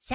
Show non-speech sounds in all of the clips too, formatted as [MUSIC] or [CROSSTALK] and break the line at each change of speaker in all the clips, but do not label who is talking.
シ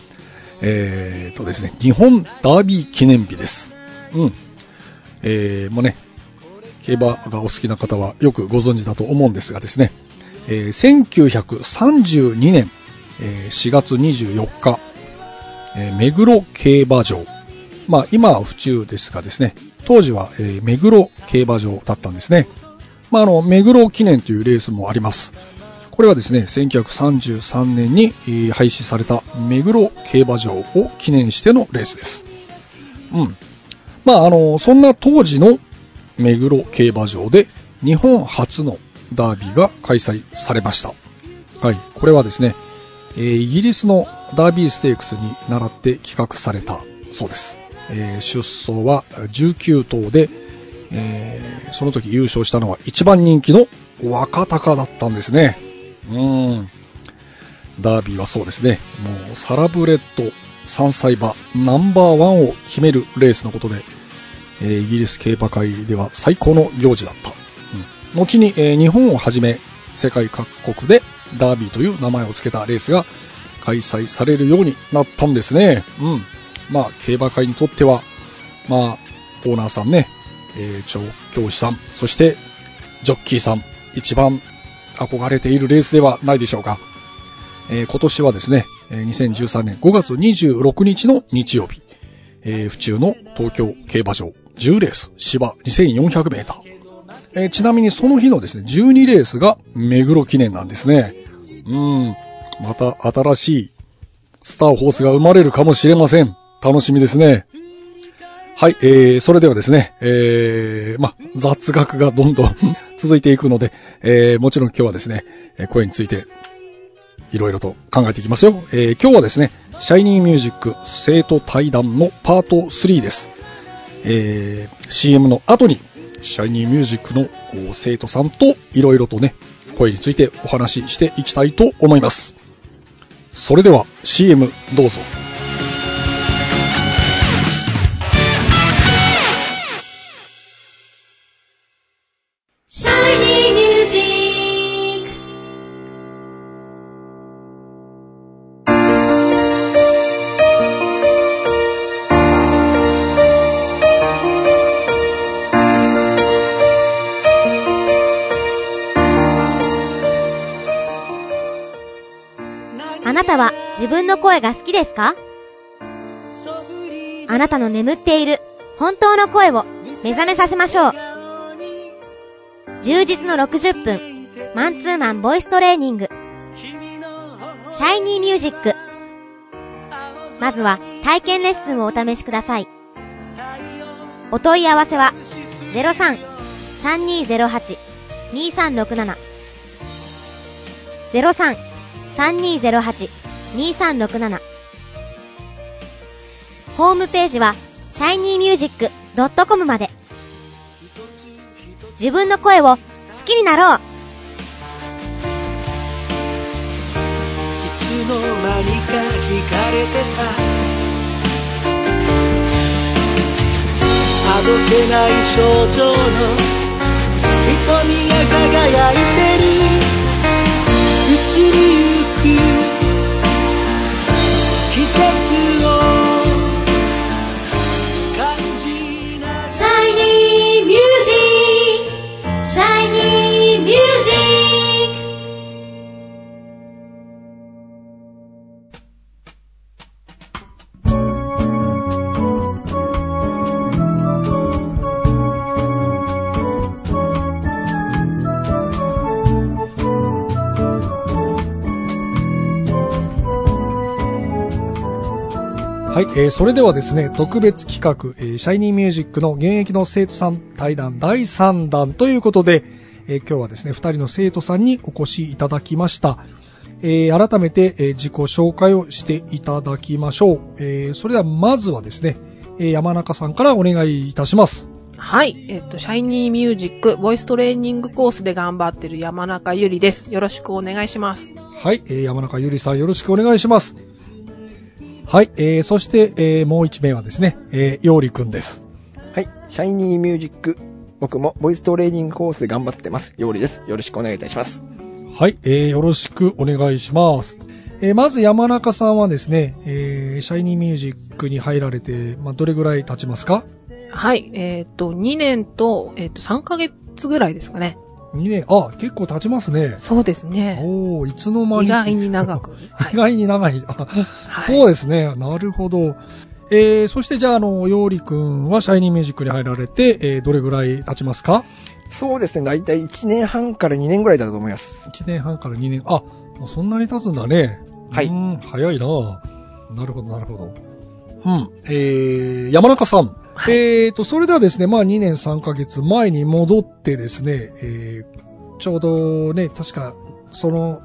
えー、とですね、日本ダービー記念日です。うん。えー、もうね、競馬がお好きな方はよくご存知だと思うんですがですね、えー1932年、えー4月24日、えー目黒競馬場。まあ今は府中ですがですね、当時は、えー目黒競馬場だったんですね。まああの、目黒記念というレースもあります。これはですね、1933年にえー廃止された目黒競馬場を記念してのレースです。うん。まああの、そんな当時の目黒競馬場で日本初のダービーが開催されました。はい、これはですね、えーイギリスのダービーステークスに倣って企画されたそうです。えー出走は19頭で、えーその時優勝したのは一番人気の若鷹だったんですね。うーん。ダービーはそうですね、もうサラブレッド3歳馬ナンバーワンを決めるレースのことで、えーイギリス競馬界では最高の行事だった。うん後に、えー日本をはじめ世界各国でダービーという名前を付けたレースが開催されるようになったんですね。うん。まあ、競馬界にとっては、まあ、オーナーさんね、えー調教師さん、そしてジョッキーさん、一番憧れているレースではないでしょうか。えー今年はですね、えー2013年5月26日の日曜日、えー府中の東京競馬場10レース芝2400メーター。えーちなみにその日のですね、12レースが目黒記念なんですね。うん。また新しいスターホースが生まれるかもしれません。楽しみですね。はい、えー、それではですね、えー、ま、雑学がどんどん [LAUGHS] 続いていくので、えー、もちろん今日はですね、えー声についていろいろと考えていきますよ。えー今日はですね、シャイニーミュージック生徒対談のパート3です。えー CM の後に、シャイニーミュージックのこう生徒さんといろいろとね、声についてお話ししていきたいと思います。それでは CM どうぞ。
シャイニーミュージック
あなたは自分の声が好きですかあなたの眠っている本当の声を目覚めさせましょう。充実の60分、マンツーマンボイストレーニング。シャイニーミュージック。まずは体験レッスンをお試しください。お問い合わせは03-3208-2367 03-3208-2367ホームページは shinymusic.com まで自分の声を好きになろう
の間にか惹かれてたあどけない症状の瞳が輝いてる移りゆく季節を感じながら
Shiny music, shiny music.
はい、えーそれではですね、特別企画、えーシャイニーミュージックの現役の生徒さん対談第3弾ということで、えー今日はですね、2人の生徒さんにお越しいただきました。えー改めて、えー自己紹介をしていただきましょう。えーそれではまずはですね、えー山中さんからお願いいたします。
はい。えっと、シャイニーミュージック、ボイストレーニングコースで頑張ってる山中ゆりです。よろしくお願いします。
はい、えー山中ゆりさんよろしくお願いします。はい、えーそして、えーもう1名はですね、えー、ようりくんです。
はい、シャイニーミュージック。僕もボイストレーニングコースで頑張ってます。ようりです。よろしくお願いいたします。
はい、えー、よろしくお願いします。えー、まず山中さんはですね、えー、シャイニーミュージックに入られて、まあ、どれぐらい経ちますか
はい。えっと、2年と、えっと、3ヶ月ぐらいですかね。
?2 年、あ、結構経ちますね。
そうですね。
おー、いつの間に。
意外に長く。
[LAUGHS] 意外に長い。あ
はい
そうですね。なるほど。えー、そしてじゃあ、あの、ようりくんはシャイニーミュージックに入られて、えー、どれぐらい経ちますか
そうですね、だいたい1年半から2年ぐらいだと思います。
1年半から2年、あ、もうそんなに経つんだね。
はいう
ーん、早いななるほど、なるほど。うん。えー、山中さん。
はい
えーと、それではですね、まあ2年3ヶ月前に戻ってですね、えー、ちょうどね、確か、その、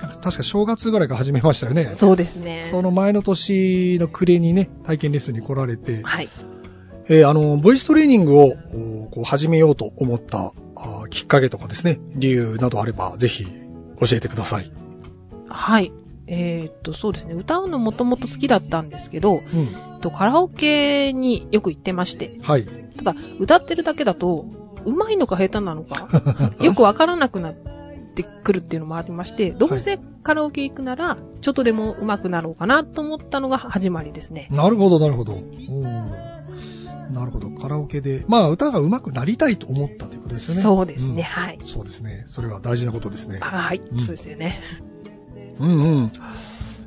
なんか確か正月ぐらいから始めましたよね。
そうですね。
その前の年の暮れにね、体験レッスンに来られて、
はい。
えーあの、ボイストレーニングをおこう始めようと思ったあーきっかけとかですね、理由などあれば、ぜひ教えてください。
はい。えっと、そうですね。歌うのもともと好きだったんですけ
う
ど、
ん。
えっとカラオケによく行ってまして、
はい。
ただ、歌ってるだけだと、上手いのか下手な
[LAUGHS]
のか、よくわからなくなってくるっていうのもありまして、どうせカラオケ行くなら、ちょっとでも上手くなろうかなと思ったのが始まりですね。
なるほど、なるほど。うん。なるほど。カラオケで、まあ、歌が上手くなりたいと思ったということですよね。
そうですね、
ん
はい。
そうですね。それは大事なことですね。
はい、
うん
そうですよね。
うんうん。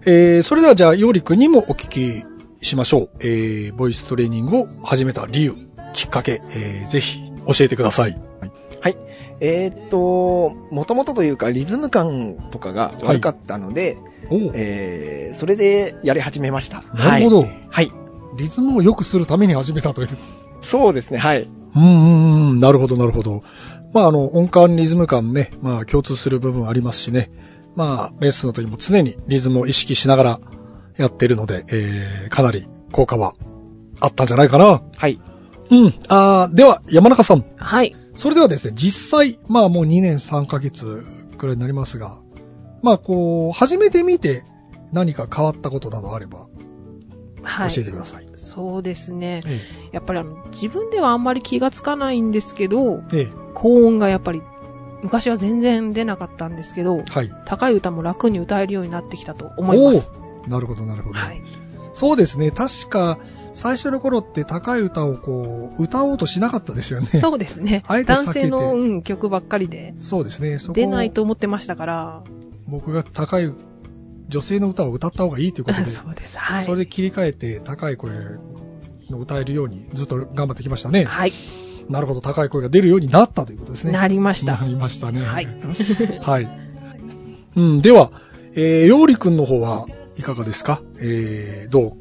えー、それではじゃあ、ようりくんにもお聞きしましょう。えー、ボイストレーニングを始めた理由、きっかけ、えー、ぜひ教えてください。
えーっと、もともとというかリズム感とかが悪かったので、
おう
えー、それでやり始めました。
なるほど、
はい。はい。
リズムを良くするために始めたという。
そうですね、はい。
うんうんうん、なるほど、なるほど。まあ、あの、音感、リズム感ね、まあ、共通する部分ありますしね。まあ、レッスンの時も常にリズムを意識しながらやってるので、えー、かなり効果はあったんじゃないかな。
はい。
うん。あーでは、山中さん。
はい。
それではですね、実際、まあもう2年3ヶ月くらいになりますが、まあこう、始めてみて何か変わったことなどあれば
は
教え
い。
てください。
そうですね。
え
やっぱりあの、自分ではあんまり気がつかないんですけど、
え、ええ、
高音がやっぱり、昔は全然出なかったんですけど、
はい。
高い歌も楽に歌えるようになってきたと思います。
おーなるほど、なるほど。
はい。
そうですね、確か最初の頃って高い歌をこう、歌おうとしなかったですよね。そう
そうですね
あえ。て避けて
男性の、うん曲ばっかりで、
ですね、そこ
出ないと思ってましたから、
僕が高い女性の歌を歌った方がいいということで、
[LAUGHS] そうです。はい。
それで切り替えて高い声の歌えるようにずっと頑張ってきましたね。
はい。
なるほど、高い声が出るようになったということですね。
なりました
な。りましたね。
はい。
[LAUGHS] はい。うん、では、えー、ようりくんの方はいかがですかえー、どう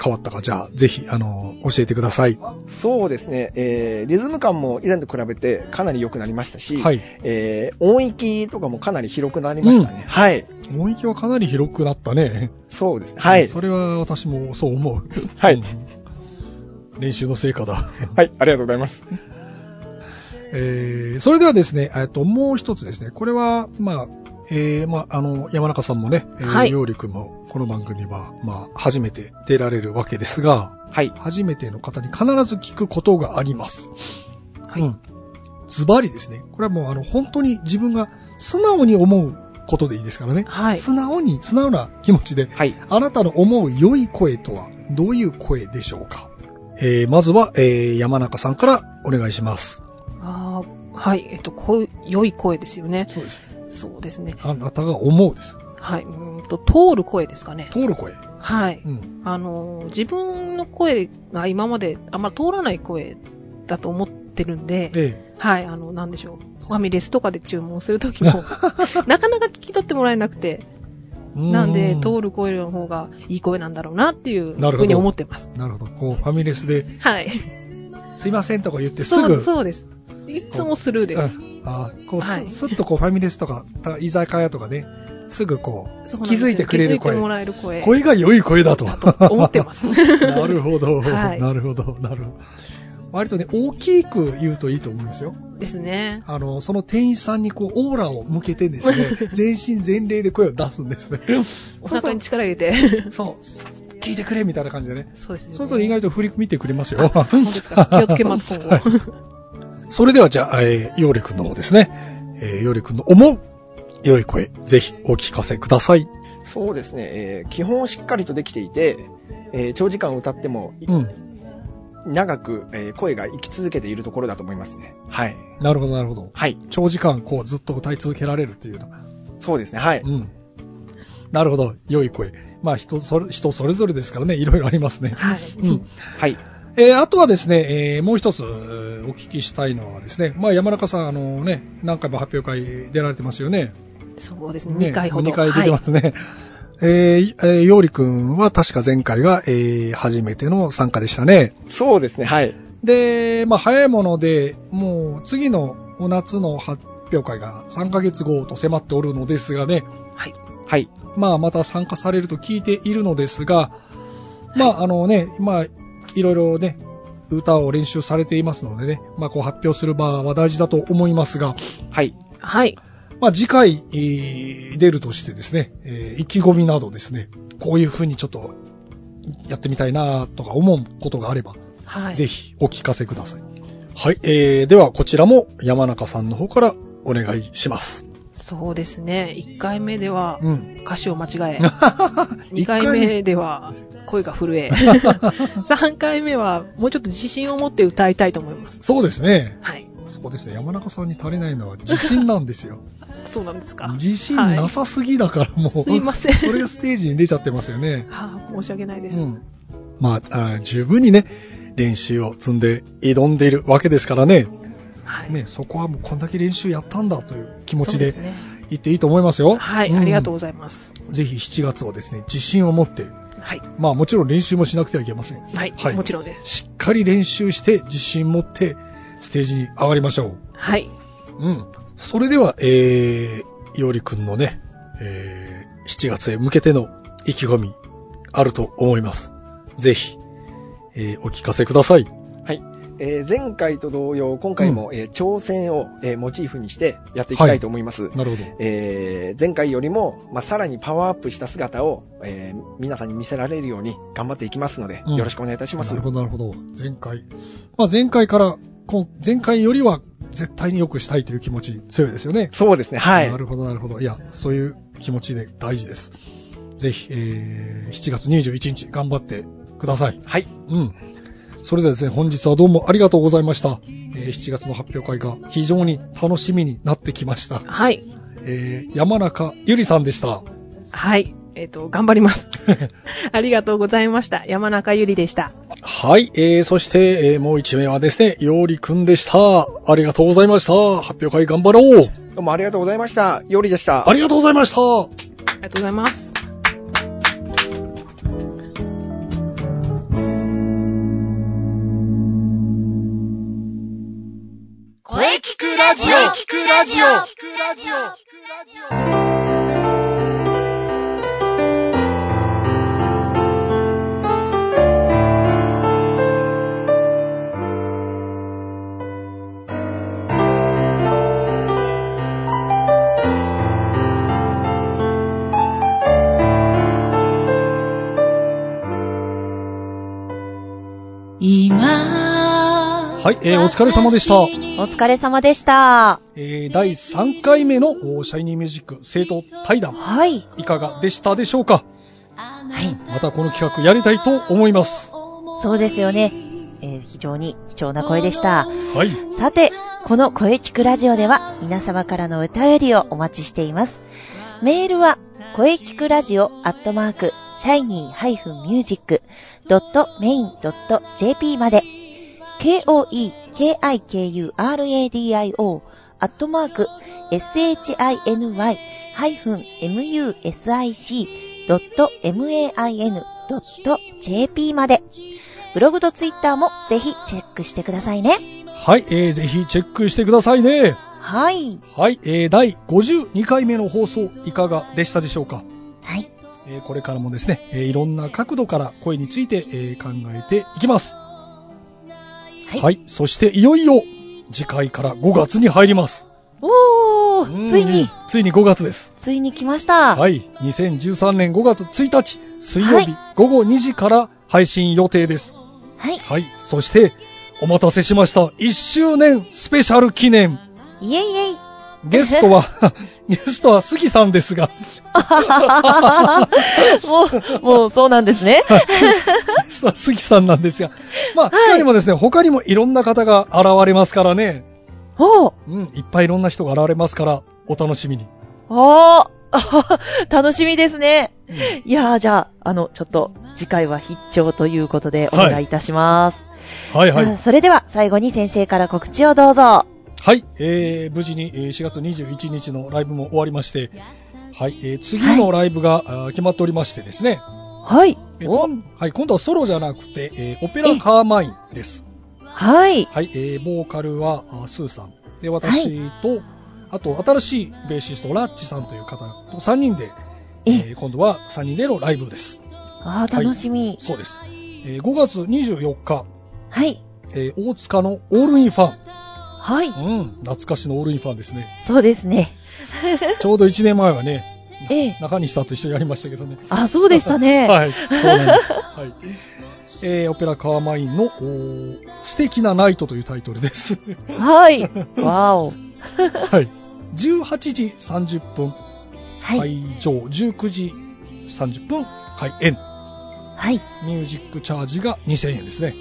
変わったか、じゃあ、ぜひ、あの、教えてください。は
そうですね、えーリズム感も以前と比べてかなり良くなりましたし、
い。
えー音域とかもかなり広くなりました
う
ね。
ん
はい。
音域はかなり広くなったね。
そうですね。はい。
それは私もそう思う。 [LAUGHS]
はい
うん。練習の成果だ。
はい、ありがとうございます。
えー、それではですね、えっと、もう一つですね、これは、まあ、えー、まあ、あの、山中さんもね、えー、
はい
りくんも、この番組は、まあ、初めて出られるわけですが、
はい。
初めての方に必ず聞くことがあります。
はい
うんズバリですね。これはもうあの本当に自分が素直に思うことでいいですからね。
はい。
素直に、素直な気持ちで、
はい。
あなたの思う良い声とはどういう声でしょうか。えー、まずは、えー、山中さんからお願いします。
あーはい。えっと、こう、良い声ですよね。
そうです。
そうですね。
あなたが思うです。
はい。うーんと、通る声ですかね。
通る声。
はい。
うん。
あのー、自分の声が今まであんまり通らない声だと思ってるんで、
え
はい。あの、なんでしょう。ファミレスとかで注文すると
[LAUGHS]
きも、なかなか聞き取ってもらえなくて、
ー
なんで、
う
通る声の方がいい声なんだろうなっていう
なる
ふ
ほど
うに思ってます。
ーんなるほど。こう、ファミレスで、
はい。
すいませんとか言ってす
そう、
ぐ、
そうです。いつもスルーです。
うんあーこう、
はい
す [LAUGHS] すっとこう、ファミレスとか、た居酒屋とかね、すぐこ
そう
う、
な
気
んです
づ
よ
いてくれる
気づい
声
て。もらえる声。
声が良い声だと。
思ってます。
[LAUGHS] なるほど、
はい
なるほど、なるほど。割とね、大きく言うといいと思いますよ。
で
[LAUGHS]
すね。
あの、その店員さんにこう、オーラを向けてです
[LAUGHS]
ね、全身全霊で声を出すんですね。
お腹に力入れて。
そう、聞いてくれみたいな感じでね。
そうですね。
そうすると意外と振り見てくれますよ。
本当で
[LAUGHS]
すか気をつけます、今後。
はいそれではじゃあ、えー、ヨーレ君の方ですね。えー、ヨーレ君の思う良い声、ぜひお聞かせください。
そうですね、えー基本しっかりとできていて、えー長時間歌っても、
うん。
長く、えー声が生き続けているところだと思いますね。はい。
なるほど、なるほど。
はい。
長時間こう、ずっと歌い続けられるっていうのは
そうですね。はい。
うん。なるほど。良い声。まあ人それ、人それぞれですからね、いろいろありますね。
はい。
[LAUGHS] うん。
はい。
えーあとはですね、えーもう一つえーお聞きしたいのはですね、まあ山中さん、あのね、何回も発表会出られてますよね。
そうですね。
ね
2回ほど。
2回出てますね。えー、えー、ようりくんは確か前回が、えー初めての参加でしたね。
そうですね。はい。
で、まあ早いもので、もう次のお夏の発表会が3ヶ月後と迫っておるのですがね、
はい。
はい。
まあ、また参加されると聞いているのですが、まあ、あのね、まあ、いろいろね、歌を練習されていますのでね、まあ、こう発表する場は大事だと思いますが、
はい。
はい。
まあ、次回、えー出るとしてですね、えー意気込みなどですね、こういうふうにちょっと、やってみたいなとか思うことがあれば、
はい。
ぜひお聞かせください。はい、えー、ではこちらも山中さんの方からお願いします。
そうですね。1回目では
うん。
歌詞を間違え。
一
2回目では声が震え。3回目はもうちょっと自信を持って歌いたいと思います。
そうですね。
はい。
そうですね。山中さんに足りないのは自信なんですよ。
そうなんですか。
自信なさすぎだからもう、
すいません。
それがステージに出ちゃってますよね。
はあ、申し訳ないで
う
す。
ん。まああー、十分にね、練習を積んで挑んでいるわけですからね。
はい。
ね、そこはもうこんだけ練習やったんだという気持
そ
ち
うで
です
ね。
言っていいと思いますよ。
はい。ありがと
う
うございます。
ん。ぜひ7月をですね、自信を持って、
はい。
まあもちろん練習もしなくてはいけません。
はい。
はい
もちろんです。
しっかり練習して自信持ってステージに上がりましょう。
はい。
うん。それでは、えー、よりくんのね、えー、7月へ向けての意気込み、あると思います。ぜひ、えー、お聞かせください。
えー前回と同様、今回も、えー挑戦を、えーモチーフにしてやっていきたいと思います。
なるほど。
えー前回よりも、まあ、さらにパワーアップした姿を、えー皆さんに見せられるように頑張っていきますので、
うん
よろしくお願いいたします。
なるほど、なるほど。前回。まあ、前回から、こう前回よりは絶対に良くしたいという気持ち強いですよね。
そうですね、はい
な。るほど、なるほど。いや、そういう気持ちで大事です。ぜひ、えー、7月21日頑張ってください。
はい。
うん。それではですね、本日はどうもありがとうございました。えー7月の発表会が非常に楽しみになってきました。
はい。
えー山中ゆりさんでした。
はい。えっ、と、頑張ります。 [LAUGHS] ありがとうございました。山中ゆりでした。
[LAUGHS] はい、えー、そして、えーもう一名はですね、ようりくんでした。ありがとうございました。発表会頑張ろう。
どうもありがとうございました。よりでした。
ありがとうございました。
ありがとうございます。
声聞くラジオ聞くラジオ
今
はい、えー、お疲れ様でした。
お疲れ様でした。
えー、第3回目のおーシャイニーミュージック生徒対談、
はい。
いかがでしたでしょうか
はい。
またこの企画やりたいと思います。
そうですよね。えー非常に貴重な声でした。
はい。
さて、この声聞くラジオでは皆様からの歌よりをお待ちしています。メールは、声聞くラジオアットマーク、シャイニー -music.main.jp まで、k-o-e-k-i-k-u-r-a-d-i-o アットマーク、shiny-music.main.jp まで、ブログとツイッターもぜひチェックしてくださいね。
はい、えー、ぜひチェックしてくださいね。
はい。
はい、えー、第52回目の放送、いかがでしたでしょうか
はい。
えーこれからもですね、えーいろんな角度から声について、えー考えていきます。はいそしていよいよ、次回から5月に入ります。
お
うん
ー、ついに、。
ついに5月です。
ついに来ました。
はい。2013年5月1日、水曜日、午後2時から配信予定です。
はい。
はい。そして、お待たせしました。1周年スペシャル記念。
イエイ
[LAUGHS]
イエイ。
ゲストは、ゲストは杉さんですが、
もう、もうそうなんですね。
ゲストは杉さんなんですが、まあ、しかもですね、他にもいろんな方が現れますからね。
おー、
うん、いっぱいいろんな人が現れますから、お楽しみに。
おー、 [LAUGHS] 楽しみですね。
うん
いやー、じゃあ、あの、ちょっと、次回は必聴ということでお
はい
願いいたします。
はいはい。
あそれでは、最後に先生から告知をどうぞ。
はい、えー、無事にえー4月21日のライブも終わりまして、はい、えー、次のライブが、あー決まっておりましてですね、
はい。
えーこんはい、今度はソロじゃなくて、えーオペラカーマインです。
はい。
はい、えー、ボーカルはあースーさん、で、私と、あと、新しいベーシスト、ラッチさんという方と3人で、え
え
ー今度は3人でのライブです。
あー、楽しみ。
そうです。えー、5月24日、
はい。
えー大塚のオールインファン。
はい。
うん、懐かしのオールインファンですね。
そうですね。
ちょうど1年前はね、
ええ。
中西さんと一緒にやりましたけどね。
あ、そうでしたね。
はい。そうなんです。はい。えー、オペラカーマインの、おー素敵なナイトというタイトルです。
はい。
[LAUGHS]
わお。
はい。18時30分
はい。
会場、19時30分開演。
はい。
ミュージックチャージが2000円ですね。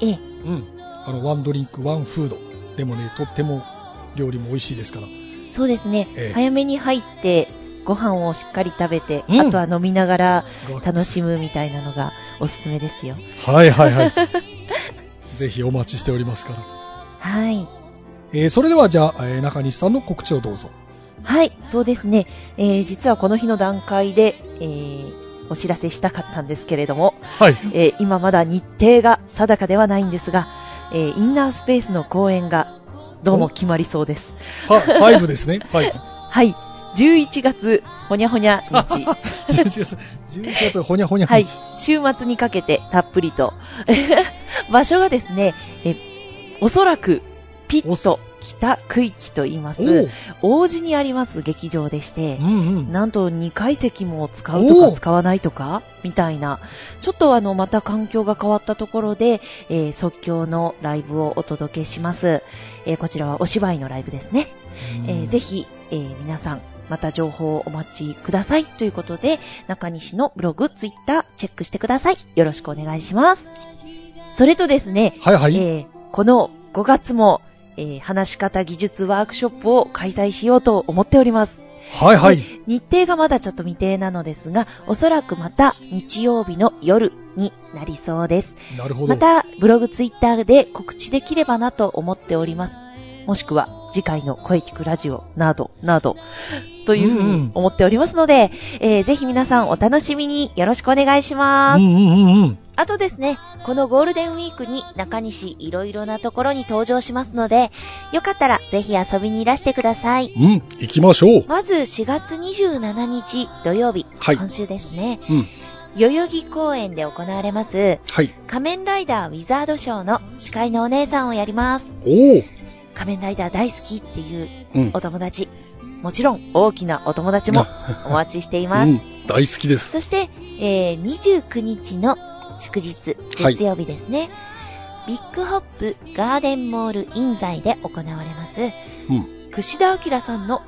ええ。
うん。あの、ワンドリンク、ワンフード。でもね、とっても料理も美味しいですから。
そうですね、
ええ
早めに入って、ご飯をしっかり食べて、
うん
あとは飲みながら楽
む。
しむみたいなのがおすすめですよ。
はいはい [LAUGHS] はい。ぜひお待ちしておりますから。
はい。
えー、それではじゃあ、えー中西さんの告知をどうぞ。
はい、そうですね。えー、実はこの日の段階で、えー、お知らせしたかったんですけれども、
はい。
えー、今まだ日程が定かではないんですが、えー、インナースペースの公演がどうも決まりそうです。
は、ファイブですね。ファイブ。
はい、11月、ほにゃほにゃ日。
11月、11月ほにゃほにゃ
はい
日。。
週末にかけてたっぷりと。 [LAUGHS] 場所がですね、え、おそらく、ピット北区域と言いま
おう
す、王子にあります劇場でして
う、んうん。
なんと2階席も使うとか
お
使わないとか、みたいな、ちょっとあの、また環境が変わったところで、えー即興のライブをお届けします。えーこちらはお芝居のライブですね。えーぜひ、えー皆さん、また情報をお待ちくださいということで、中西のブログ、ツイッター、チェックしてください。よろしくお願いします。それとですね、
はいは
え
い。
ーこの5月も、えー話し方技術ワークショップを開催しようと思っております。
はいはい。
日程がまだちょっと未定なのですが、おそらくまた日曜日の夜になりそうです。
なるほど。
また、ブログ、ツイッターで告知できればなと思っております。もしくは、次回の声聞くラジオなど、など、というふう
うんう
に
ん
思っておりますので、えーぜひ皆さんお楽しみによろしくお願いします。
うんうんうんうん。
あとですね、このゴールデンウィークに中西いろいろなところに登場しますので、よかったらぜひ遊びにいらしてください。
うん、行きましょう。
まず4月27日土曜日、
はい
今週ですね、
うん。
代々木公園で行われます
はい。
仮面ライダーウィザードショーの司会のお姉さんをやります。
おお。
仮面ライダー大好きっていう
うん。
お友達、もちろん大きなお友達
[LAUGHS]
もお待ちしています。
うん、大好きです。
そして、えー29日の祝日、
はい
月曜日ですね、ビッグホップガーデンモールインザイで行われます、
うん
串田明さんの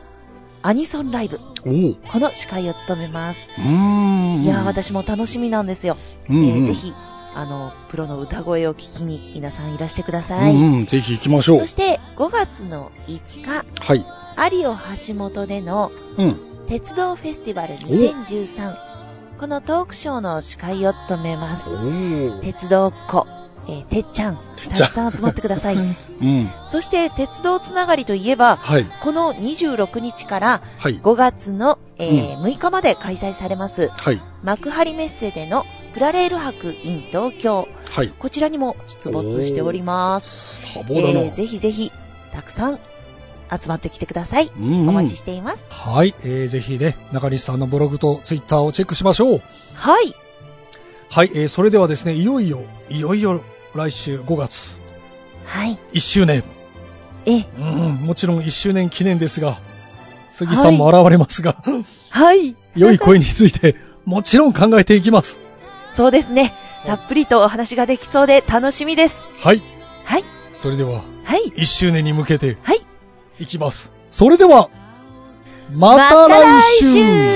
アニソンライブ、
おお。う
この司会を務めます。
ーん。
いやー、私も楽しみなんですよ。
うんうん、
えーぜひ、あの、プロの歌声を聞きに皆さんいらしてくだ
う
さい。
んうん、ぜひ行きましょう
そ。して、5月の5日、
はい。
有尾橋本での
うん。
鉄道フェスティバル2013このトークショーの司会を務めま
お
す
お。
鉄道っ子、えーてっちゃん
てっち
た
ゃん
くさん集まってください
うん。
[LAUGHS] そして鉄道つながりといえば
はい。
この26日から
はい。
5月の、えー6日まで開催されます
はい。
幕張メッセでのプラレール博 in 東京
はい。
こちらにも出没しております、
多
え
忙だな。
ーぜひぜひたくさん集まってきてください
うん、
お
うん。
待ちしています、
はい。えー、ぜひね、中西さんのブログとツイッターをチェックしましょう。
はい
はい。えー、それではですね、いよいよ、いよいよ来週5月
はい
1周年。
えー
うん、もちろん1周年記念ですが、杉さんも現れます [LAUGHS] が、
はい
良い声について、もちろん考えていきます。
そうですね。たっぷりとお話ができそうで楽しみです。
はい。
はい。
それでは、
はい。
1周年に向けて、
はい。
いきます。それでは、また来週